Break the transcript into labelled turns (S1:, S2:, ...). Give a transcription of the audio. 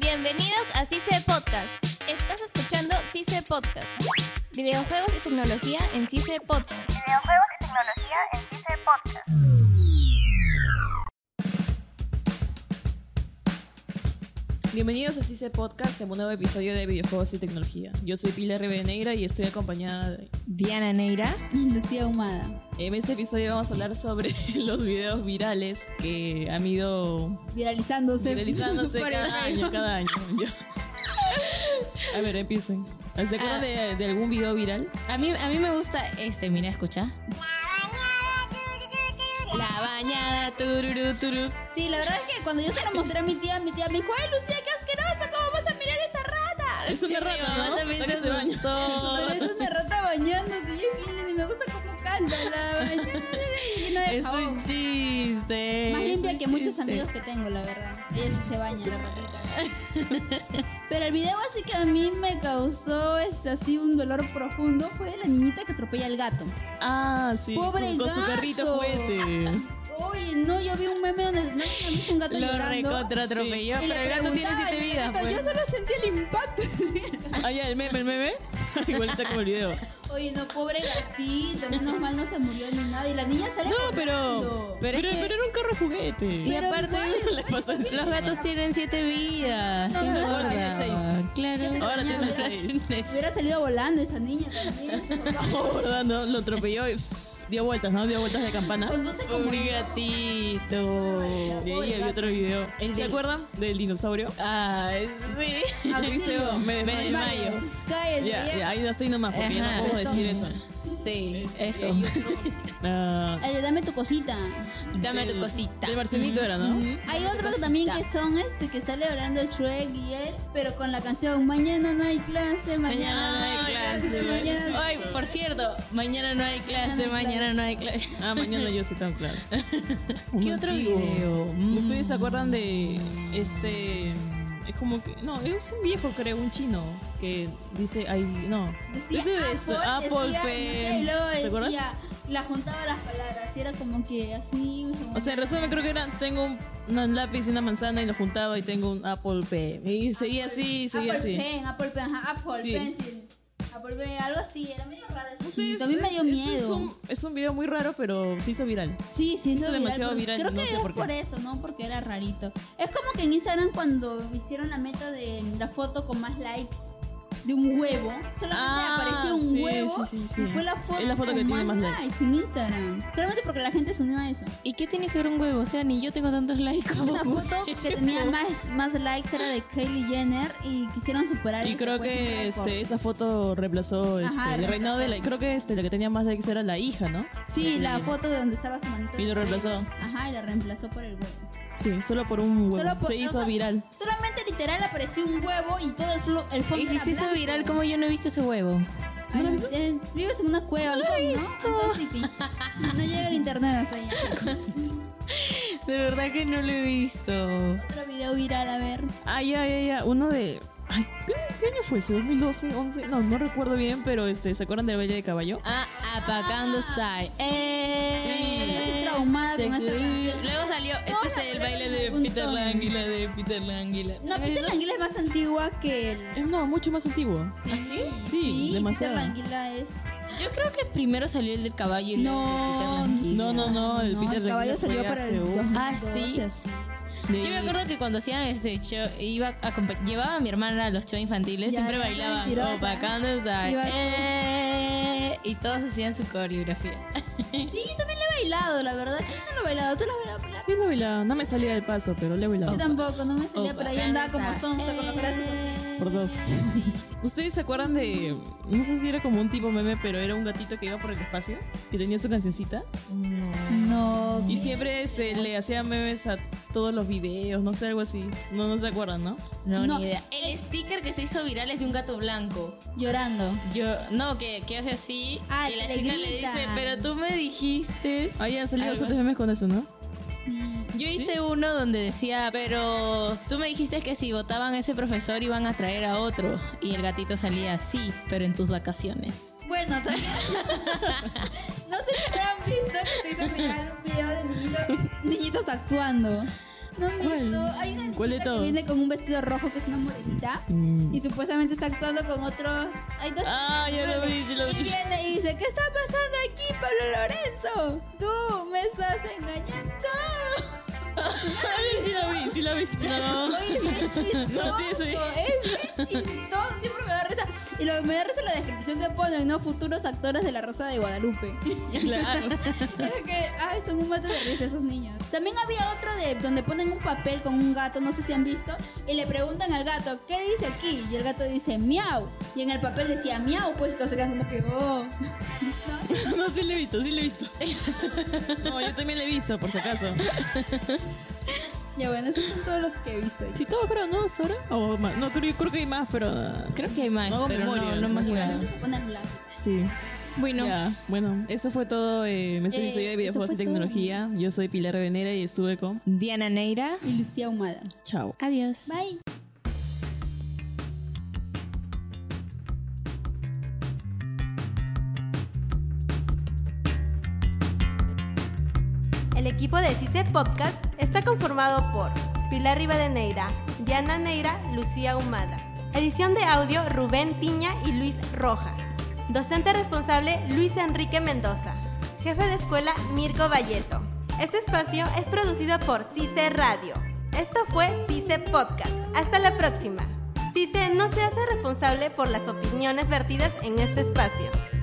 S1: Bienvenidos a CICE Podcast. Estás escuchando CICE Podcast. Videojuegos y tecnología en CICE Podcast.
S2: Videojuegos y tecnología en CICE Podcast.
S3: Bienvenidos a CICE Podcast, un nuevo episodio de Videojuegos y Tecnología. Yo soy Pilar Rivadeneira y estoy acompañada de...
S4: Diana Neira.
S5: Lucía Humada.
S3: En este episodio vamos a hablar sobre los videos virales que han ido
S5: Viralizándose.
S3: realizándose
S5: por el
S3: cada
S5: mundo.
S3: año, cada año. Yo- A ver, empiecen. ¿Se acuerdan
S4: Ah.
S3: de, de algún video viral?
S4: A mí, a mí me gusta este, mira, escucha. La bañada, tururú, tururú.
S5: Sí, la verdad es que cuando yo se lo mostré a mi tía, mi tía me dijo, ¡ay, Lucía, qué asquerosa! ¿Cómo vas a mirar esa rata?
S3: Es una
S4: Mi
S3: rata,
S4: mamá
S3: ¿no?
S4: también
S3: La que
S4: se
S3: se baña.
S4: asustó.
S5: Pero es una rata bañándose. Yo viene y me gusta cómo canta la bañada. Llena de
S4: Es un
S5: jabón.
S4: chiste.
S5: Más limpia
S4: es
S5: que
S4: un
S5: muchos
S4: chiste.
S5: amigos que tengo, la verdad. Ella sí se baña, la ratita. Pero el video así que a mí me causó este, así un dolor profundo fue de la niñita que atropella al gato.
S3: Ah, sí.
S5: Pobre
S3: con, con su
S5: gato.
S3: perrito juguete.
S5: Oye, no, yo vi un meme donde no, me visto un gato
S4: Lo
S5: llorando.
S4: recontra atropelló,
S5: Y le
S4: pero el gato tiene
S5: preguntaba,
S4: siete
S5: y el
S4: vidas.
S5: gato,
S4: pues.
S5: Yo solo sentí el impacto.
S3: Ah, ya, el meme, el meme. Igualita como el video.
S5: Oye, no, pobre gatito, menos mal no se murió ni nada. Y la niña sale
S3: No,
S5: volando.
S3: pero. Pero,
S4: Pero es que-
S3: pero era un carro
S4: Y
S3: juguete.
S5: Pero
S4: aparte,
S5: igual,
S3: Le pasó encima.
S4: los gatos tienen siete vidas.
S5: No,
S4: Qué
S5: no,
S4: gorda.
S3: tiene seis.
S4: Claro.
S5: Yo
S3: Ahora tiene
S5: Ahora
S3: seis.
S4: tiene
S5: Hubiera salido volando esa niña también. se volaba.
S3: Rodando, lo atropelló y pss, dio vueltas, ¿no? Dio vueltas de campana.
S5: Conduce como
S4: Pobre gatito.
S3: De ahí había otro video.
S4: El
S3: ¿Se
S4: del-
S3: acuerdan del dinosaurio?
S4: Ay, sí.
S3: Yo hice,
S5: auxilio.
S3: oh, me
S4: Me
S3: desmayo.
S4: desmayo.
S5: Caes,
S3: Ya, ya, ahí hasta ahí nomás, porque ya
S4: Ajá.
S3: no podemos decir eso.
S4: Sí, eso.
S3: Ah,
S5: Ay, dame tu cosita.
S4: Dame
S3: del-
S4: tu cosita.
S3: Del marcionito era, ¿no?
S5: Hay otro que también que son este que sale hablando Shrek y él, pero con la canción Mañana no hay clase, mañana,
S4: Mañana no hay clase.
S5: mañana
S4: Ay, por cierto, mañana no hay clase, mañana no hay clase.
S3: Ah, mañana yo sí tengo clase.
S4: ¿Qué otro video? Mm.
S3: ¿Ustedes se acuerdan de
S5: Mm.
S3: este? Es como que. No, es un viejo, creo, un chino. Que dice. Ay, no.
S5: Decía
S3: Ese de
S5: Apple,
S3: esto,
S5: decía,
S3: Apple
S5: no
S3: Pen.
S5: sé, y luego
S3: ¿Te acuerdas?
S5: decía, la juntaba las palabras, y era como que así.
S3: O sea, en resumen, creo que era, tengo un, un lápiz y una manzana y lo juntaba y tengo un Apple Pen. Y seguía así, y seguía
S5: Apple
S3: así.
S5: Pen, Apple Pen, ajá, Apple
S3: Sí.
S5: Pencil, Apple Pen, algo así, era medio raro. ese
S3: Sí,
S5: chiquito, a mí me dio
S3: es- es
S5: miedo.
S3: un- es un video muy raro, pero se hizo viral.
S5: Sí, sí,
S3: hizo
S5: hizo viral,
S3: demasiado
S5: porque-
S3: viral,
S5: Creo que
S3: no sé
S5: era
S3: por
S5: por,
S3: qué.
S5: eso, ¿no? Porque era rarito. Es como que en Instagram cuando hicieron la meta de la foto con más likes de un huevo, solamente
S3: Ah,
S5: apareció un
S3: sí,
S5: huevo
S3: sí, sí, sí.
S5: y fue la foto,
S3: Es la foto que
S5: con
S3: tiene más likes.
S5: en Instagram. Solamente porque la gente se unió a eso.
S4: ¿Y qué tiene que ver un huevo? O sea, ni yo tengo tantos likes como.
S5: Una foto que tenía más, más likes era de Kylie Jenner y quisieron superar
S3: Y
S5: eso,
S3: creo
S5: pues, un
S3: que
S5: récord.
S3: este, esa foto reemplazó este,
S5: Ajá,
S3: el reinado de la.
S5: reemplazó.
S3: Creo que este, la que tenía más likes era la hija, ¿no?
S5: Sí, la foto de donde estaba su manito.
S3: Y
S5: de
S3: lo
S5: huevo.
S3: reemplazó.
S5: Ajá, y la reemplazó por el huevo.
S3: Sí, solo por un huevo.
S5: Solo por-
S3: se hizo
S5: o sea,
S3: viral.
S5: Solamente literal apareció un huevo y todo el, flo- el fondo
S4: Y si
S5: era
S4: se hizo
S5: blanco.
S4: viral, como yo no he visto ese huevo?
S5: Ay, eh, vives en una cueva, ¿no?
S4: he visto.
S5: ¿no? En Palm City. No llega el internet hasta allá.
S4: De verdad que no lo he visto.
S5: Otro video viral, a ver.
S3: Ay, ay, ay, ay, uno de. Ay, ¿qué, qué año fue ese? ¿2012? ¿11? No, no recuerdo bien, pero este, ¿se acuerdan del Valle de Caballo?
S4: Ah, apagando style.
S3: Sí.
S4: Eh,
S5: Yo estoy traumada con esta canción.
S4: Luego salió,
S5: Todos
S4: este es el
S5: la
S4: baile
S5: aprenden
S4: de
S5: en algún
S4: Peter
S5: tono.
S4: Languila, de Peter Languila.
S5: No, Peter Languila es más antigua que el.
S3: Eh, No, mucho más antiguo.
S5: ¿Sí? Sí,
S3: demasiado.
S5: Peter Languila es.
S4: Yo creo que primero salió el del caballo y luego
S5: No,
S4: el de Peter Languila.
S3: No, no, no, el
S5: no,
S3: Peter
S5: el caballo
S3: Languila
S5: salió
S3: fue
S5: para
S3: hace
S5: el.
S3: un-
S5: 2012,
S4: Ah, ¿sí?
S5: así.
S3: de-
S4: Yo me acuerdo que cuando hacían este show, iba a acompa- llevaba a mi hermana a los shows infantiles,
S5: Ya,
S4: siempre
S5: ya,
S4: bailaba
S5: mentirosa.
S4: opacando
S5: Iba así.
S4: eh, y todos hacían su coreografía.
S5: Sí, yo también le he bailado, la verdad. ¿Quién no lo ha bailado? ¿Tú lo has bailado, Pilar?
S3: Sí, lo bailaba. No me salía del paso, pero le bailaba.
S5: Yo tampoco, no me
S4: Oh,
S5: salía, pero ahí andaba como sonso con los brazos así.
S4: Eh.
S3: Por dos. ¿Ustedes se acuerdan de.? No sé si era como un tipo meme, pero era un gatito que iba por el espacio, que tenía su cancioncita.
S4: No.
S5: No,
S3: Y siempre este, le hacía memes a todos los videos, no sé, algo así. No, no se acuerdan, ¿no?
S4: No,
S5: No. eh.
S4: ni idea. El sticker que se hizo viral es de un gato blanco.
S5: llorando.
S4: Yo, no, que, que hace así
S5: Ah,
S4: y la
S5: le
S4: chica le
S5: grita.
S4: dice, pero tú me dijiste.
S3: Ah, ya han salido
S4: Algo.
S3: bastantes memes con eso, ¿no?
S5: Sí.
S4: Yo hice uno donde decía, pero tú me dijiste que si votaban a ese profesor iban a traer a otro. Y el gatito salía así, pero en tus vacaciones.
S5: Bueno, también. no sé si habrán visto que se hizo mirar un video de niñito- niñitos actuando. No he visto.
S3: ¿Cuál?
S5: Hay una
S3: ¿Cuál de
S5: niñita que
S3: todos? Mm.
S5: viene con un vestido rojo que es una morenita. Y supuestamente está actuando con otros. Hay dos
S3: Ah, ya lo vi, sí lo
S5: y
S3: vi.
S5: viene y dice, ¿qué está pasando aquí, Pablo Lorenzo? Tú me estás engañando.
S3: Ay, sí la vi, sí la vi. sí la vi.
S5: Oye, es bien chistoso,
S3: No, sí, sí.
S5: es bien chistoso, siempre me da risa. Y lo que me da risa es la descripción que ponen, ¿no? Futuros actores de La Rosa de Guadalupe.
S3: Claro.
S5: Es que, ay, son un mate de risa esos niños. También había otro de donde ponen un papel con un gato, no sé si han visto, y le preguntan al gato, ¿qué dice aquí? Y el gato dice, miau. Y en el papel decía, miau, pues entonces quedan como que, oh.
S3: No, sí lo he visto, sí lo he visto. No, yo también lo he visto, por si acaso.
S5: Ya bueno, esos son todos los que he visto.
S3: Sí, todo creo, ¿no? Hasta ahora. O más. No, creo, creo que hay más, pero. ah,
S4: Creo que hay más,
S3: No hago
S4: pero
S3: memoria,
S4: no, no
S3: se
S4: me
S3: me fue.
S4: acuerdo.
S5: se ponen blanco.
S3: Sí.
S4: Bueno,
S3: Ya, Bueno, eso fue todo. Eh, este
S5: Eh,
S3: episodio de
S5: eso
S3: videojuegos
S5: fue
S3: y tecnología. Yo soy Pilar Venera y estuve con.
S4: Diana Neira,
S5: Y Lucía Humada.
S3: Chao.
S4: adiós.
S5: Bye.
S6: El equipo de CICE Podcast está conformado por Pilar Rivadeneira, Diana Neira, Lucía Humada. Edición de audio Rubén Tiña y Luis Rojas. Docente responsable Luis Enrique Mendoza. Jefe de escuela Mirko Valleto. Este espacio es producido por CICE Radio. Esto fue CICE Podcast. Hasta la próxima. CICE no se hace responsable por las opiniones vertidas en este espacio.